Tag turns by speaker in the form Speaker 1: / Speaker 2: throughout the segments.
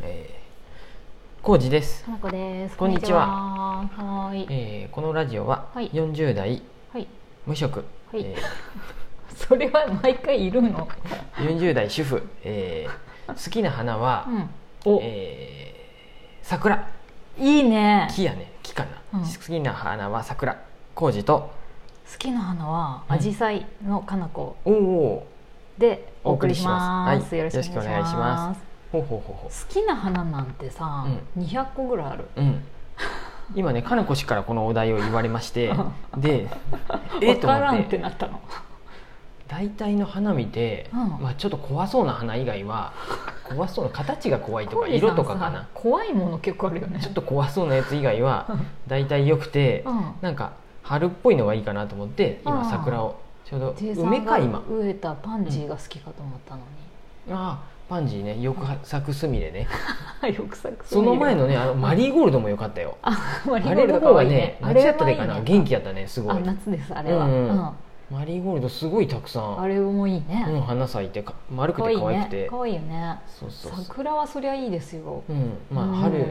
Speaker 1: えー、康二です、
Speaker 2: 花子です。
Speaker 1: こんにち
Speaker 2: は。はーい。
Speaker 1: えー、このラジオは
Speaker 2: はい
Speaker 1: 40代
Speaker 2: はい。
Speaker 1: 無職、
Speaker 2: はい
Speaker 1: え
Speaker 2: それは毎回いるの。
Speaker 1: ー、40代主婦、えー、好きな花は、
Speaker 2: うん。お、
Speaker 1: えー、桜
Speaker 2: いいね。
Speaker 1: 木やね木かな、
Speaker 2: うん
Speaker 1: 好きな花は桜康二と
Speaker 2: 好きな花は
Speaker 1: うん
Speaker 2: 紫陽花のかなこ
Speaker 1: おお
Speaker 2: でお
Speaker 1: お
Speaker 2: 送
Speaker 1: 送
Speaker 2: り
Speaker 1: り
Speaker 2: し
Speaker 1: し
Speaker 2: ま。
Speaker 1: ますす
Speaker 2: よ
Speaker 1: はい
Speaker 2: ろしくお願いしま
Speaker 1: よほうほうほうほ
Speaker 2: す。好きな花なんてさ、200個ぐらいある。
Speaker 1: ううん今ねかなこ氏からこのお題を言われましてでえ
Speaker 2: わ
Speaker 1: ーと
Speaker 2: から
Speaker 1: 思
Speaker 2: ん
Speaker 1: っ
Speaker 2: って
Speaker 1: て
Speaker 2: なったの。
Speaker 1: 大体の花見で、
Speaker 2: うん
Speaker 1: まあ、ちょっと怖そうな花以外は怖そうな形が怖いとか
Speaker 2: コリさん
Speaker 1: 色とかか
Speaker 2: さ
Speaker 1: な
Speaker 2: 怖いもの結構あるよね
Speaker 1: ちょ。っと怖そうなやつ以外 は大体良くて
Speaker 2: うん。
Speaker 1: なんか春っぽいのがいいかなと思って
Speaker 2: あ
Speaker 1: 今
Speaker 2: ー
Speaker 1: 桜をちょうど
Speaker 2: J さ
Speaker 1: 梅
Speaker 2: ん
Speaker 1: か
Speaker 2: が
Speaker 1: 今
Speaker 2: 植えたパンジーが好きかと思ったのに。
Speaker 1: あーパンジーねよく咲くすみれ ね
Speaker 2: よくさく
Speaker 1: その 前のねあのマリーゴールドも良かったよ
Speaker 2: あ、マリ
Speaker 1: あ
Speaker 2: ーゴー
Speaker 1: れ
Speaker 2: ル
Speaker 1: の
Speaker 2: ド
Speaker 1: 方
Speaker 2: 可
Speaker 1: が
Speaker 2: 愛い
Speaker 1: ね
Speaker 2: ね。
Speaker 1: 夏やったでか
Speaker 2: あ
Speaker 1: な
Speaker 2: れはいいね
Speaker 1: 元気やったねすごい
Speaker 2: あ夏ですあれは、
Speaker 1: う
Speaker 2: うんん
Speaker 1: うんマリーゴールドすごいたくさ
Speaker 2: あ
Speaker 1: ん
Speaker 2: れもいいね、
Speaker 1: うん花咲いてか丸く
Speaker 2: 可愛
Speaker 1: て
Speaker 2: い
Speaker 1: 可愛く
Speaker 2: ね
Speaker 1: て
Speaker 2: 可愛いよね
Speaker 1: そうそうそう
Speaker 2: 桜はそりゃいいですよ、
Speaker 1: うんまあ、
Speaker 2: うん
Speaker 1: 春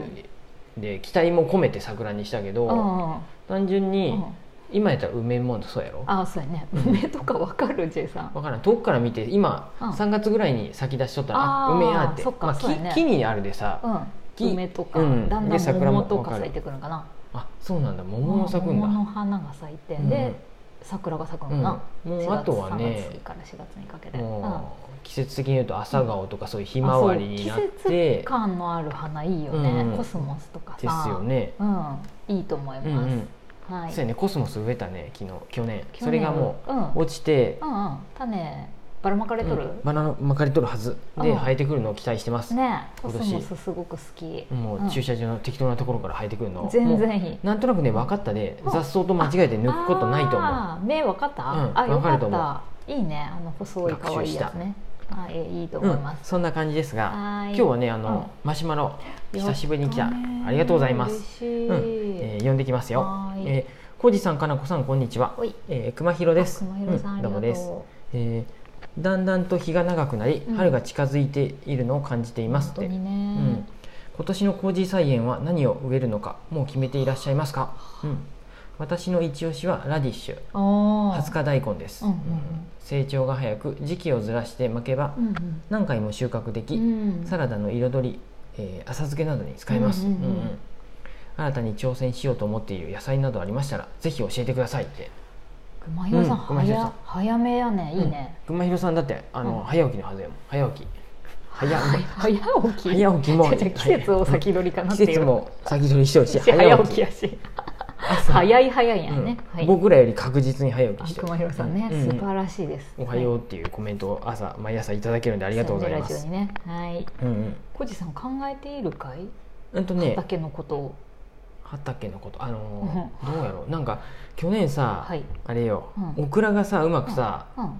Speaker 1: で期待も込めて桜にしたけ
Speaker 2: う
Speaker 1: ど、
Speaker 2: んうん
Speaker 1: 単純に、
Speaker 2: うん、
Speaker 1: 今やったら梅もそうやろ
Speaker 2: あそうやね
Speaker 1: うん
Speaker 2: 梅とかわかる J さん
Speaker 1: 分からん遠くから見て今、
Speaker 2: うん
Speaker 1: 3月ぐらいに咲き出しとったらあ
Speaker 2: あー
Speaker 1: 梅やって
Speaker 2: そっか
Speaker 1: まあ
Speaker 2: そうやね
Speaker 1: 木木にあるでさ、
Speaker 2: う
Speaker 1: き
Speaker 2: ん梅とか、
Speaker 1: うん
Speaker 2: だんだ
Speaker 1: で
Speaker 2: ん
Speaker 1: 桜も
Speaker 2: 桃と
Speaker 1: わか
Speaker 2: か
Speaker 1: る
Speaker 2: 咲いてくるのかな
Speaker 1: あそうなんだ桃も咲くんだ、
Speaker 2: 桃の花が咲いて、
Speaker 1: うん
Speaker 2: で桜が咲くのかな、
Speaker 1: うんもう
Speaker 2: 4
Speaker 1: あとはね
Speaker 2: 3月から4月にかけて、うん
Speaker 1: もう季節的に言うと朝顔とかそういうひまわりになっ
Speaker 2: あそう季節
Speaker 1: て、
Speaker 2: 感のある花いいよね、
Speaker 1: うん
Speaker 2: コスモスとかさ
Speaker 1: ですよね。
Speaker 2: うん、いいと思い
Speaker 1: うんう
Speaker 2: ます、
Speaker 1: ん、
Speaker 2: はい
Speaker 1: そうやねコスモス植えたね昨日去年
Speaker 2: 去年
Speaker 1: それがも
Speaker 2: うん、
Speaker 1: う落ちて、
Speaker 2: うんうん種ばらまかれとる、
Speaker 1: うんバナナまかり取るはずで
Speaker 2: うん
Speaker 1: 生えてくるのを期待してます、
Speaker 2: ねコ
Speaker 1: 今
Speaker 2: ス
Speaker 1: 年
Speaker 2: モスすごく好き、
Speaker 1: もう駐車場の適当なところから生えてくるの
Speaker 2: 全
Speaker 1: も
Speaker 2: 然いいう
Speaker 1: なんとなくね分かったで
Speaker 2: うん
Speaker 1: 雑草と間違えて抜くことないと思う
Speaker 2: あー目分かった、
Speaker 1: うん
Speaker 2: あよ
Speaker 1: 分か
Speaker 2: か
Speaker 1: る
Speaker 2: っ
Speaker 1: と思う
Speaker 2: たいいねあの細い可愛いやつねあえいいと
Speaker 1: う
Speaker 2: 思い
Speaker 1: ん
Speaker 2: ま、す、
Speaker 1: そんな感じですが
Speaker 2: はー
Speaker 1: 今
Speaker 2: い
Speaker 1: 日はねあの、マシュマロ久しぶりに来た
Speaker 2: やったね
Speaker 1: ありがとうございます、
Speaker 2: 嬉しい、
Speaker 1: うんえー、呼んできますよ
Speaker 2: はーい
Speaker 1: えー、浩二さんかなこさんこんにちは
Speaker 2: おい
Speaker 1: えー、熊広です
Speaker 2: 熊弘さん、
Speaker 1: うん、
Speaker 2: あり
Speaker 1: どう
Speaker 2: が
Speaker 1: も
Speaker 2: とう
Speaker 1: です、えー、だんだんと日が長くなり
Speaker 2: うん
Speaker 1: 春が近づいているのを感じています
Speaker 2: 本
Speaker 1: って、
Speaker 2: 当にね、
Speaker 1: うん、今年の麹菜園は何を植えるのかもう決めていらっしゃいますか、うん、私の一押しはラディッシュ
Speaker 2: ああ
Speaker 1: 20日大根です、
Speaker 2: うんうんうん
Speaker 1: 成長が早く時期をずらして巻けば
Speaker 2: うんうん
Speaker 1: 何回も収穫でき、
Speaker 2: うん
Speaker 1: サラダの彩り、えー浅漬けなどに使えます、
Speaker 2: うんうんうん
Speaker 1: 新たに挑戦しようと思っている野菜などありましたらぜひ教えてくださいって
Speaker 2: 熊弘さん,、
Speaker 1: うん熊弘さん
Speaker 2: 早早めやねいいね、
Speaker 1: うん熊広さんだってあの、
Speaker 2: うん
Speaker 1: 早起きのはずやもん早起き早
Speaker 2: はい早起き
Speaker 1: 早起きも
Speaker 2: じゃあじゃあ季節を先取りかな っ
Speaker 1: 季
Speaker 2: ていう
Speaker 1: 節も先取りしてほしい
Speaker 2: 早起きやし
Speaker 1: 朝
Speaker 2: 早い早いや
Speaker 1: うん
Speaker 2: ね、はい
Speaker 1: 僕らより確実に早起
Speaker 2: あ
Speaker 1: きしてる
Speaker 2: 熊弘さんね、
Speaker 1: うんうん
Speaker 2: 素晴らしいです
Speaker 1: おはようっていうコメントを朝毎朝いただけるんであ
Speaker 2: あ
Speaker 1: りがとうございます
Speaker 2: ラジオにねはい
Speaker 1: うんうん
Speaker 2: 小路さん考えているかい
Speaker 1: うんとね
Speaker 2: 畑のことを
Speaker 1: 畑のことあのーどうやろうなんか去年さ、
Speaker 2: はい
Speaker 1: あれよ、
Speaker 2: うん
Speaker 1: オクラがさうまくさ、
Speaker 2: うんう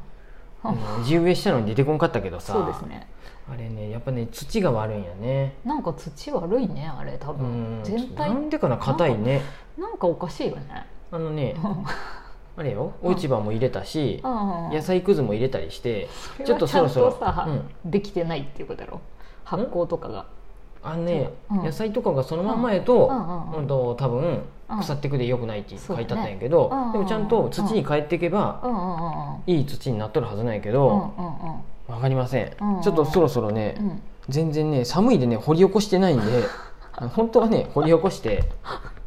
Speaker 1: あ
Speaker 2: ん
Speaker 1: の地植えしたのに出てこんかったけどさ
Speaker 2: そうですね
Speaker 1: あれねやっぱね土が悪いんやね
Speaker 2: なんか土悪いねあれ多
Speaker 1: う
Speaker 2: 分
Speaker 1: ん
Speaker 2: 全体
Speaker 1: なんでかな硬いね
Speaker 2: なんかおかしいよね
Speaker 1: あのね
Speaker 2: うんうん
Speaker 1: あれよ
Speaker 2: うん
Speaker 1: 落ち葉も入れたし、野
Speaker 2: そ
Speaker 1: 菜くずも入れたりして
Speaker 2: れは
Speaker 1: ちょっとそろそろ
Speaker 2: ちゃんとさ、
Speaker 1: うん
Speaker 2: できてないっていうことだろ発酵とかが
Speaker 1: あのね、
Speaker 2: うん
Speaker 1: 野菜とかがそのまんまやと、
Speaker 2: うんうんうん
Speaker 1: うんと多分
Speaker 2: うん
Speaker 1: 腐ってくでよくないって書いてあったんやけ
Speaker 2: そ
Speaker 1: ど、
Speaker 2: うだねうん
Speaker 1: でもちゃんと土に帰っていけば、
Speaker 2: うんうんうん
Speaker 1: いい土になっとるはずなんやけ
Speaker 2: うんうん
Speaker 1: ど、
Speaker 2: うん
Speaker 1: わかりません、
Speaker 2: うんうん
Speaker 1: ちょっとそろそろね、
Speaker 2: うんうん
Speaker 1: 全然ね寒いでね掘り起こしてないんで あの本当はね掘り起こして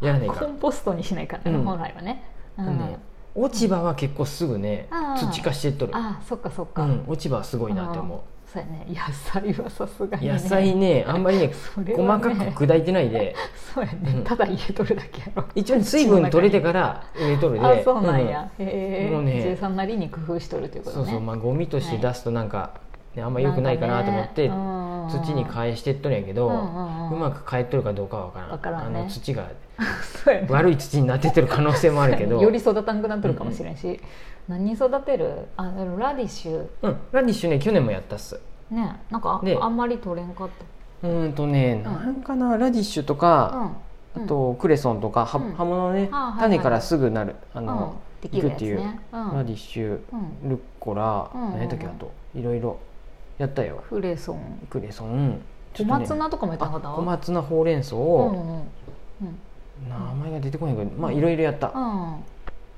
Speaker 1: やらないか
Speaker 2: コ
Speaker 1: ら、
Speaker 2: ンポストにしないからね、
Speaker 1: うん
Speaker 2: 本来はね、う
Speaker 1: あ
Speaker 2: ん
Speaker 1: のね落ち葉は結構すぐね、
Speaker 2: あー
Speaker 1: 土化してっとる、
Speaker 2: ああそっかそっ
Speaker 1: う
Speaker 2: か、
Speaker 1: ん、落ち葉はすごいなって思
Speaker 2: そうやね野菜はさすが
Speaker 1: う
Speaker 2: に、ね、
Speaker 1: 野菜ねあんまりね
Speaker 2: それはね
Speaker 1: 細かく砕いてないで
Speaker 2: そうやね、
Speaker 1: うん
Speaker 2: ただ入れとるだけやろ
Speaker 1: 一応ね水分取れてから入れとるで
Speaker 2: あそうなんや、へえ
Speaker 1: もうね
Speaker 2: J さんなりに工夫しとるということ
Speaker 1: そう
Speaker 2: ね
Speaker 1: そうまあゴミとして出すとなんか、ね、あんま良くないかなと思って、
Speaker 2: なんかね
Speaker 1: 土に返してっとるんやけど、
Speaker 2: う
Speaker 1: うん
Speaker 2: うんうん
Speaker 1: まく返っとるかどうかは分からん
Speaker 2: わからんね
Speaker 1: あの土が
Speaker 2: うんうんそうやね
Speaker 1: 悪い土になってってる可能性もあるけど
Speaker 2: より育たんくなっとるかもしれんし、何育てるあでもラディッシュ
Speaker 1: うん、ラディッシュね去年もやったっす
Speaker 2: ねなんかあ,、
Speaker 1: ね
Speaker 2: んまり取れんかっ
Speaker 1: うーんとねなんかなラディッシュと
Speaker 2: た、う
Speaker 1: か、
Speaker 2: ん、
Speaker 1: あとクレソンとか葉,、
Speaker 2: うん
Speaker 1: 葉物ね、
Speaker 2: あはいはい
Speaker 1: 種からすぐなるあ
Speaker 2: うん、
Speaker 1: の、
Speaker 2: うん、できるやつ
Speaker 1: いくっ
Speaker 2: ね、うん、
Speaker 1: ラディッシュ
Speaker 2: うん
Speaker 1: ルッコラ、
Speaker 2: うんうんうん
Speaker 1: 何やったっけあといろいろやったよ
Speaker 2: クレソン
Speaker 1: クレソンち
Speaker 2: 小
Speaker 1: ょっとね
Speaker 2: 松菜とかもやった
Speaker 1: あ
Speaker 2: なかった
Speaker 1: 小松菜ほうれん草
Speaker 2: うん
Speaker 1: を、
Speaker 2: うんうん
Speaker 1: 名前が出てこないけどまあいろいろやった、
Speaker 2: うん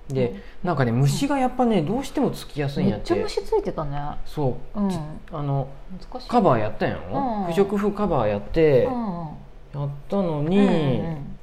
Speaker 1: でなんかね虫がやっぱねどうしてもつきやすいん
Speaker 2: め
Speaker 1: やっ
Speaker 2: っちゃ
Speaker 1: て
Speaker 2: 虫ついてたね
Speaker 1: そう
Speaker 2: うん難
Speaker 1: あの
Speaker 2: しい
Speaker 1: カバーやったんや
Speaker 2: うん
Speaker 1: ろ不織布カバーやって
Speaker 2: う
Speaker 1: や
Speaker 2: ん
Speaker 1: ったの
Speaker 2: うんうん
Speaker 1: に
Speaker 2: うん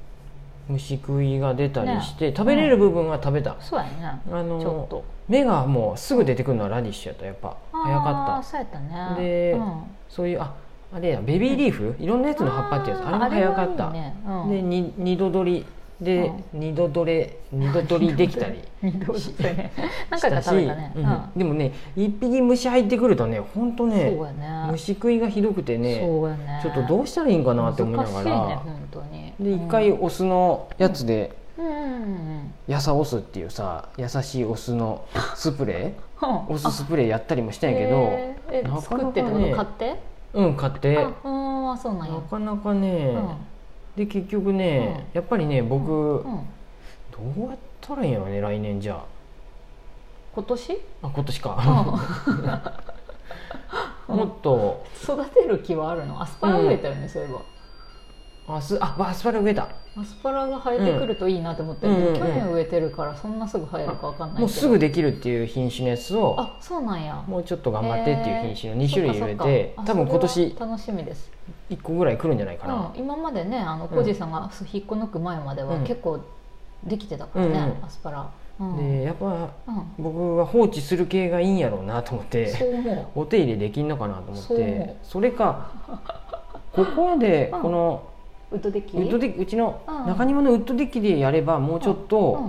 Speaker 1: 虫食いが出たりして食べれる部分は食べた
Speaker 2: そうやね
Speaker 1: あ
Speaker 2: ちょっ
Speaker 1: の
Speaker 2: と
Speaker 1: 目がもうすぐ出てくるのはラディッシュやったやっぱ早
Speaker 2: あ
Speaker 1: か
Speaker 2: ー
Speaker 1: った
Speaker 2: そうやったね
Speaker 1: で
Speaker 2: うん
Speaker 1: そういうああれやベビーリーフいろんなやつの葉っぱってやつあれも早かった
Speaker 2: あれはいい
Speaker 1: で
Speaker 2: ね
Speaker 1: に二度取りで二度取れ二度取りできたり
Speaker 2: うん二度ずつね 何
Speaker 1: し
Speaker 2: 回か
Speaker 1: たし
Speaker 2: 食べたね
Speaker 1: う
Speaker 2: うんん
Speaker 1: でもね一匹虫入ってくるとね本当
Speaker 2: そう
Speaker 1: ね
Speaker 2: やね
Speaker 1: 虫食いがひどくてね
Speaker 2: そうやね
Speaker 1: ちょっとどうしたらいいんかなって思いなが
Speaker 2: 難しいね
Speaker 1: ら
Speaker 2: 本当に
Speaker 1: で一回
Speaker 2: うん
Speaker 1: オスのやつで
Speaker 2: うんうんうん
Speaker 1: 「やさオス」っていうさ優しいオスのスプレー
Speaker 2: うん
Speaker 1: オススプレーやったりもしたんやけど
Speaker 2: へーえ
Speaker 1: なかなかね
Speaker 2: 作ってってこと買って
Speaker 1: うん買って
Speaker 2: あうんあそうなんや
Speaker 1: なかなかねで結局ねやっぱりね
Speaker 2: う
Speaker 1: 僕
Speaker 2: んうん
Speaker 1: どうやったらいいんやろね来年じゃ
Speaker 2: 今年
Speaker 1: ああ今年か
Speaker 2: う ん
Speaker 1: もっと
Speaker 2: 育てる気はあるのアスパラ植えたよねそういえば
Speaker 1: あすあアスパラ植えた
Speaker 2: アスパラが生えてくるといいなと思って、
Speaker 1: うんうんうん
Speaker 2: 去年植えてるからそんなすぐ生えるかわかんないけど
Speaker 1: もうすぐできるっていう品種のやつを
Speaker 2: あそうなんや
Speaker 1: もうちょっと頑張ってっていう品種の2種類入れて
Speaker 2: えーそっかそっかあ
Speaker 1: 多分今
Speaker 2: それ
Speaker 1: 年
Speaker 2: は楽しみです、
Speaker 1: 1個ぐらい来るんじゃないか
Speaker 2: うん
Speaker 1: な、
Speaker 2: 今までねあの
Speaker 1: うん
Speaker 2: コージーさんが引っこ抜く前までは
Speaker 1: うん
Speaker 2: 結構できてたからね、
Speaker 1: うんうん
Speaker 2: アスパラ、うん
Speaker 1: でやっぱ
Speaker 2: うん
Speaker 1: 僕は放置する系がいいんやろうなと思っ
Speaker 2: そ
Speaker 1: て
Speaker 2: う思
Speaker 1: お手入れできんのかなと思っ
Speaker 2: そう
Speaker 1: て
Speaker 2: 思
Speaker 1: それか ここまで
Speaker 2: うん
Speaker 1: この
Speaker 2: うウッドデッキ
Speaker 1: ウッドデッキうちの
Speaker 2: うん
Speaker 1: 中庭のウッドデッキでやればもうちょっと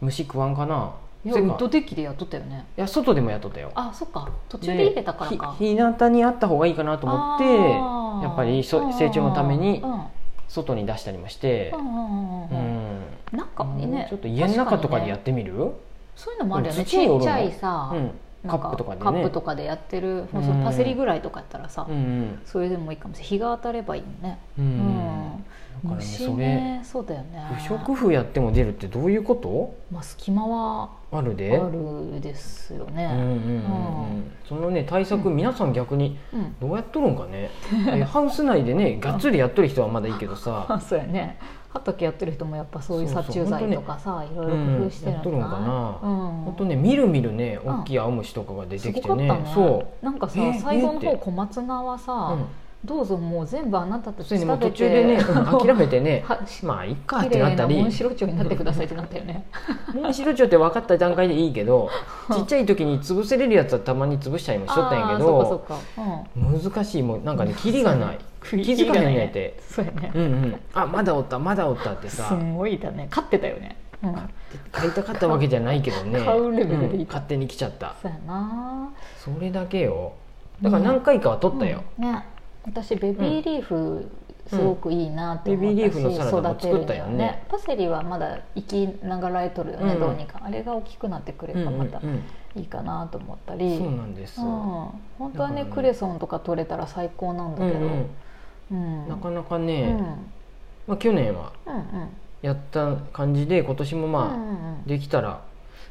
Speaker 2: う
Speaker 1: 虫食わんかな、
Speaker 2: ん、い
Speaker 1: そ
Speaker 2: や
Speaker 1: れ
Speaker 2: ウ
Speaker 1: か
Speaker 2: ッドデッキでやっとったよね
Speaker 1: いや外でもやっとったよ
Speaker 2: あそっか途中で入れたからか
Speaker 1: ひ日向にあった方がいいかなと思って
Speaker 2: あー
Speaker 1: やっぱりそ
Speaker 2: うん
Speaker 1: 成長のために
Speaker 2: うんうん
Speaker 1: 外に出したりもして
Speaker 2: うんうん
Speaker 1: う
Speaker 2: うんうん
Speaker 1: ん
Speaker 2: 中に
Speaker 1: も
Speaker 2: ね
Speaker 1: うちょっと家の中とかでや
Speaker 2: 確にね
Speaker 1: ってみる、
Speaker 2: そういうのもあるよ
Speaker 1: う
Speaker 2: ね
Speaker 1: ん
Speaker 2: ち
Speaker 1: 土による
Speaker 2: っ
Speaker 1: の
Speaker 2: ちゃいさ、
Speaker 1: うん、
Speaker 2: な
Speaker 1: カ
Speaker 2: ん
Speaker 1: ップとかでね
Speaker 2: カップとかでやってる、もうそ
Speaker 1: うん
Speaker 2: のパセリぐらいとかやったらさ、
Speaker 1: うんうん
Speaker 2: それでもいいかもしれない日が当たればいいよね
Speaker 1: う
Speaker 2: うん
Speaker 1: だからね
Speaker 2: 虫ねそうだよね
Speaker 1: 不織布やっても出るってどういうこと
Speaker 2: まあ隙間は
Speaker 1: あるで
Speaker 2: あるですよ
Speaker 1: うんうん
Speaker 2: ね、
Speaker 1: うんう
Speaker 2: うん
Speaker 1: そのね対策、
Speaker 2: うん
Speaker 1: 皆さん逆に
Speaker 2: うん
Speaker 1: どうやっとるんかねえハウス内でねがっつりやっとる人はまだいいけど さ、
Speaker 2: あそうやね畑やってる人もやっぱそういう
Speaker 1: そうそう
Speaker 2: 殺虫剤とかさいろいろ工夫して
Speaker 1: うんやっとるんかな
Speaker 2: うん
Speaker 1: ほんとねみるみるね大きい青虫とかが出てきてね,、そ
Speaker 2: なんかさ
Speaker 1: えー
Speaker 2: 最後の
Speaker 1: えーっ
Speaker 2: 方
Speaker 1: て
Speaker 2: 小松菜は
Speaker 1: う、
Speaker 2: さ、
Speaker 1: うん、
Speaker 2: どうぞもう全部あなたた
Speaker 1: そ
Speaker 2: ち
Speaker 1: れでも
Speaker 2: 食
Speaker 1: う
Speaker 2: べ
Speaker 1: 途
Speaker 2: て
Speaker 1: 中でね うん諦めてね
Speaker 2: はし
Speaker 1: まあいっかっ
Speaker 2: 綺
Speaker 1: てな
Speaker 2: 麗
Speaker 1: った
Speaker 2: な
Speaker 1: り
Speaker 2: モンシロチョウになってくださいってなったよね
Speaker 1: モンシロチョウって分かった段階でいいけ どちっちゃい時に潰せれるやつはたまに潰 したりもしとったんやけ
Speaker 2: あーそっ
Speaker 1: ど
Speaker 2: かそっか、
Speaker 1: 難しいもうなんかねキリが ない気
Speaker 2: うん、
Speaker 1: づかへんねんて
Speaker 2: そうやね
Speaker 1: うんうんあまだおったまだおったって
Speaker 2: す
Speaker 1: さ
Speaker 2: んごいだね勝ってたよね、うん、
Speaker 1: 買いたかったわけじゃないけどね
Speaker 2: 買うレベルでいた
Speaker 1: うん勝手に来ちゃった
Speaker 2: そうやな
Speaker 1: それだけよだから何回かは取ったよ、、
Speaker 2: うんね私ベビーリーフすごくいいなって思
Speaker 1: うん
Speaker 2: ったし、
Speaker 1: ベビーリーフのサラダも
Speaker 2: 育てる
Speaker 1: 作ったよね
Speaker 2: のパセリはまだ生きながらえとるよね、
Speaker 1: うん
Speaker 2: どうにかあれが大きくなってくれ
Speaker 1: うん
Speaker 2: ば
Speaker 1: うんう
Speaker 2: ま
Speaker 1: ん
Speaker 2: たいいかなと思ったり、
Speaker 1: そうなんです、
Speaker 2: うん本当は
Speaker 1: だから
Speaker 2: ね
Speaker 1: ね
Speaker 2: クレソンとか取れたら最高なんだ
Speaker 1: うん
Speaker 2: けど、う
Speaker 1: うん
Speaker 2: ん
Speaker 1: なかなか
Speaker 2: うん
Speaker 1: ね、
Speaker 2: うん
Speaker 1: まあ、去年は
Speaker 2: うん
Speaker 1: やった感じで今年も
Speaker 2: う
Speaker 1: ま
Speaker 2: んうんうん
Speaker 1: あできたら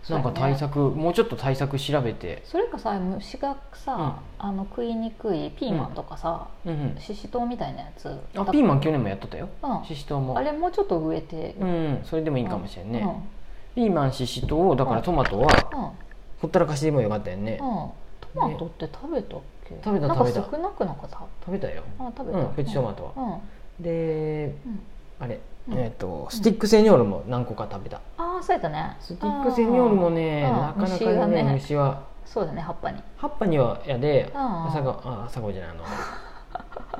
Speaker 2: そう
Speaker 1: なん
Speaker 2: やね
Speaker 1: か対策、もうちょっと対策調べて、
Speaker 2: それかさ虫がさ、あの食いにくいピーマンとかさ、
Speaker 1: うんうん、
Speaker 2: シシトウみたいなやつ
Speaker 1: あピーマン去年もやっとったよ
Speaker 2: うん
Speaker 1: シシトウも
Speaker 2: あれもうちょっと植えて
Speaker 1: うんうんそれでもいいかもしれんね、
Speaker 2: うん
Speaker 1: ピーマンシシトウをだからトマトは
Speaker 2: うん
Speaker 1: ほったらかしでもよかったよね、
Speaker 2: うんトマトって食べたっけ、
Speaker 1: 食べた
Speaker 2: なん
Speaker 1: 食べ
Speaker 2: か
Speaker 1: た
Speaker 2: 少なくなかったあ
Speaker 1: 食べたよ
Speaker 2: 食べ
Speaker 1: う
Speaker 2: た、
Speaker 1: んプチトマトは、
Speaker 2: うん、うん
Speaker 1: で
Speaker 2: うん
Speaker 1: あれ、
Speaker 2: うん
Speaker 1: えっ、とスティックセニョールも何個か食べた、
Speaker 2: ああそうやったね
Speaker 1: スティックセニョールもね
Speaker 2: うん
Speaker 1: なかなかね
Speaker 2: 虫
Speaker 1: 虫
Speaker 2: がね
Speaker 1: は
Speaker 2: うんそうだね葉っぱに
Speaker 1: 葉っぱにはやで
Speaker 2: うん
Speaker 1: 朝顔あ朝顔じゃな いあの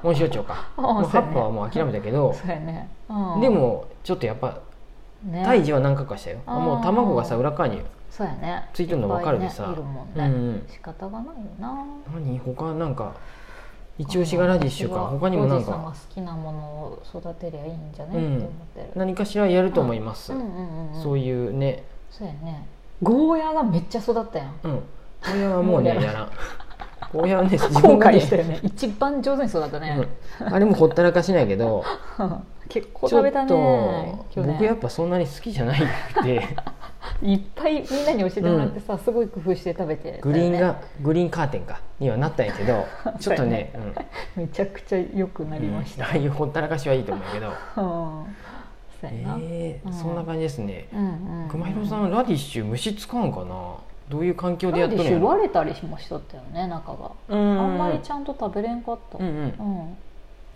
Speaker 1: モンシロチョウか
Speaker 2: うん
Speaker 1: もう
Speaker 2: そ
Speaker 1: 葉っ
Speaker 2: うやね
Speaker 1: ぱはもう諦めたけど、
Speaker 2: そうやね、うん、
Speaker 1: でもちょっとやっぱ
Speaker 2: ね
Speaker 1: 胎児は何回かしたよ、
Speaker 2: うん
Speaker 1: もう卵がさ裏側に
Speaker 2: そうやね
Speaker 1: ついてるの分かるでさ
Speaker 2: いっぱいねいるもん
Speaker 1: うん
Speaker 2: ね、
Speaker 1: うん
Speaker 2: 仕方がないよな
Speaker 1: 何他なんか一押しがラディッシュか他にもなん
Speaker 2: おじさん
Speaker 1: か
Speaker 2: が好きなものを育てりゃいいんじゃない、
Speaker 1: うん
Speaker 2: って思ってる
Speaker 1: 何かしらやると思います、
Speaker 2: うんうんうん、
Speaker 1: そう
Speaker 2: う
Speaker 1: いうね
Speaker 2: そうやねゴーヤがめっちゃ育ったやん
Speaker 1: うんゴーヤはもうね
Speaker 2: もうや
Speaker 1: やらんゴーヤはね自
Speaker 2: 後
Speaker 1: 分が
Speaker 2: 悔
Speaker 1: ね
Speaker 2: したよね一番上手に育ったね、
Speaker 1: うん、あれもほったらかしないけ ど
Speaker 2: 結構
Speaker 1: ちょ
Speaker 2: 食べ
Speaker 1: った
Speaker 2: ね
Speaker 1: と
Speaker 2: 去年
Speaker 1: 僕やっぱそんなに好きじゃないって
Speaker 2: いっぱいみんなに教えてもらってさ、すごい工夫して食べてたよね
Speaker 1: グリーンがグリーンカーテンかにはなったんやけ どちょっとね、
Speaker 2: めちゃくちゃ良くな
Speaker 1: うん
Speaker 2: りました、
Speaker 1: ああいうほったらかしはいいと思うけど
Speaker 2: うんそうやな、
Speaker 1: えー
Speaker 2: うん
Speaker 1: そんな感じですね
Speaker 2: うんうん
Speaker 1: 熊弘さんラディッシュ虫つかんかなどういう環境でや
Speaker 2: ラ
Speaker 1: っ
Speaker 2: デ
Speaker 1: と
Speaker 2: ィ
Speaker 1: る
Speaker 2: ッ
Speaker 1: ん
Speaker 2: シ
Speaker 1: やろ
Speaker 2: ュ割れたりしましたったよね中が、
Speaker 1: あ
Speaker 2: あんまりち
Speaker 1: ゃ
Speaker 2: ゃんと食べれんかった、
Speaker 1: うんうん
Speaker 2: うん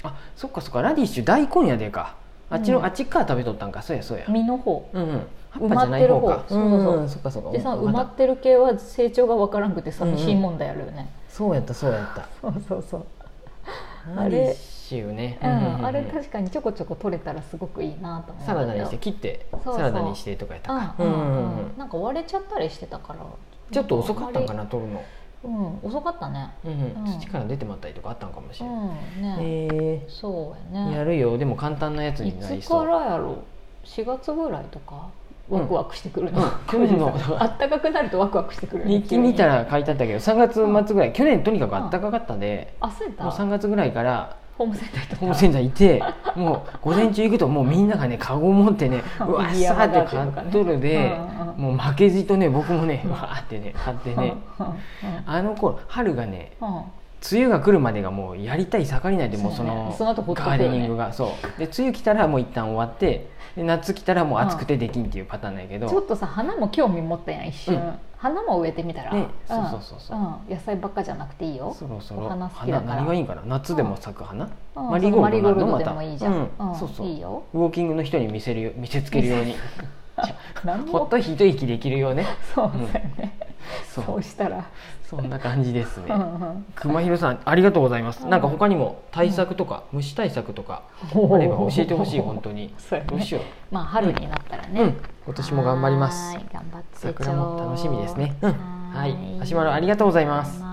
Speaker 1: あそっかそっかラディッシュ大根やでかあっちの、
Speaker 2: うん
Speaker 1: あっちっから食べとったんかそうやそうや
Speaker 2: 身の方
Speaker 1: うんうん葉っぱじゃない方か
Speaker 2: 埋まってる方そうそうそうん
Speaker 1: んそっかそっか
Speaker 2: でさ
Speaker 1: お
Speaker 2: 埋まってる系は成長が分からんくて寂しい問題あるよね、
Speaker 1: そうやったそうやった
Speaker 2: そうそうそう、
Speaker 1: ラ
Speaker 2: あれ
Speaker 1: ディッシュね
Speaker 2: うんあれ
Speaker 1: に
Speaker 2: 確かにちょこちょこ取れたらすごくいいなと思う
Speaker 1: サラダにして切って
Speaker 2: そうそう
Speaker 1: サラダにしてとかやったか
Speaker 2: うんう
Speaker 1: うんうん
Speaker 2: ん
Speaker 1: う
Speaker 2: うん
Speaker 1: ん
Speaker 2: なんか割れちゃったりしてたから
Speaker 1: ちょっと遅かったんか
Speaker 2: な
Speaker 1: な取るの、
Speaker 2: うん遅かったね
Speaker 1: うんうん
Speaker 2: うん
Speaker 1: 土から出てまったりとかあったんかもし
Speaker 2: う
Speaker 1: れない、
Speaker 2: んね、
Speaker 1: え
Speaker 2: そうや
Speaker 1: ー、や
Speaker 2: ね
Speaker 1: るよでも簡単なやつ
Speaker 2: い
Speaker 1: になり
Speaker 2: つ
Speaker 1: そ
Speaker 2: か
Speaker 1: う
Speaker 2: らやろ4月ぐらいとかワクワクしてくるの、
Speaker 1: うん去年の
Speaker 2: あったかくなるとワクワクしてくるね
Speaker 1: 日記見た
Speaker 2: 急に
Speaker 1: ら書いてあったけど3月末ぐらい、去年とにかくあったかかったで、
Speaker 2: あそうやった
Speaker 1: もう3月ぐらいから
Speaker 2: ホームセンター行っ
Speaker 1: ホームセンターいてもう午前中行くともうみんながねカゴ持ってねうわっ
Speaker 2: 入り
Speaker 1: さ
Speaker 2: 山
Speaker 1: ー
Speaker 2: だ
Speaker 1: っ
Speaker 2: ってていうのかね
Speaker 1: 買っとるで、
Speaker 2: うんうん
Speaker 1: もう負けじとね僕もね
Speaker 2: うん
Speaker 1: わーってね買って
Speaker 2: た
Speaker 1: ね、
Speaker 2: うんうん
Speaker 1: あの頃春がね
Speaker 2: うんうん
Speaker 1: 梅雨が来るまでがもうやりたい盛りないでもうそ
Speaker 2: そうだ
Speaker 1: の
Speaker 2: ねその後ほっとくよ
Speaker 1: ガー
Speaker 2: ね
Speaker 1: デニングがそうで梅雨来たらもう一旦終わってで夏来たらもう暑くてできんっていうパターンなんやけど
Speaker 2: ちょっとさ花も興味持ったやん一瞬、
Speaker 1: うん
Speaker 2: 花も植えてみたら、
Speaker 1: ね
Speaker 2: ん
Speaker 1: そうそうそうそう
Speaker 2: うん野菜ばっかじゃなくていいよ
Speaker 1: そろそろ
Speaker 2: お花
Speaker 1: 花
Speaker 2: 好きだから
Speaker 1: 何がいいんかな夏でも咲く花
Speaker 2: うん
Speaker 1: マリーゴールドな
Speaker 2: そ
Speaker 1: の
Speaker 2: うマ
Speaker 1: ま
Speaker 2: リーゴールドで
Speaker 1: た
Speaker 2: もいいじゃん、
Speaker 1: うん
Speaker 2: うん
Speaker 1: そうそう
Speaker 2: い いよ
Speaker 1: ウォーキングの人に見せるよ見せつけるよう に
Speaker 2: 何
Speaker 1: ほっと一息できるようね
Speaker 2: そうだよね、
Speaker 1: そう
Speaker 2: そうしたら、
Speaker 1: そんな感じですね
Speaker 2: うんうん
Speaker 1: 熊弘さんありがとうございます
Speaker 2: うん
Speaker 1: なんか他にも対策とか虫対策とかあれば教えてほしい本当に
Speaker 2: そうやね
Speaker 1: どうしよ
Speaker 2: まあ春になったら
Speaker 1: う
Speaker 2: ね、
Speaker 1: うん今年も頑張ります
Speaker 2: はーい頑張ってちょ
Speaker 1: 桜も楽しみですねうん
Speaker 2: はー
Speaker 1: はいマシュマロありがとうございます
Speaker 2: ありがとうござい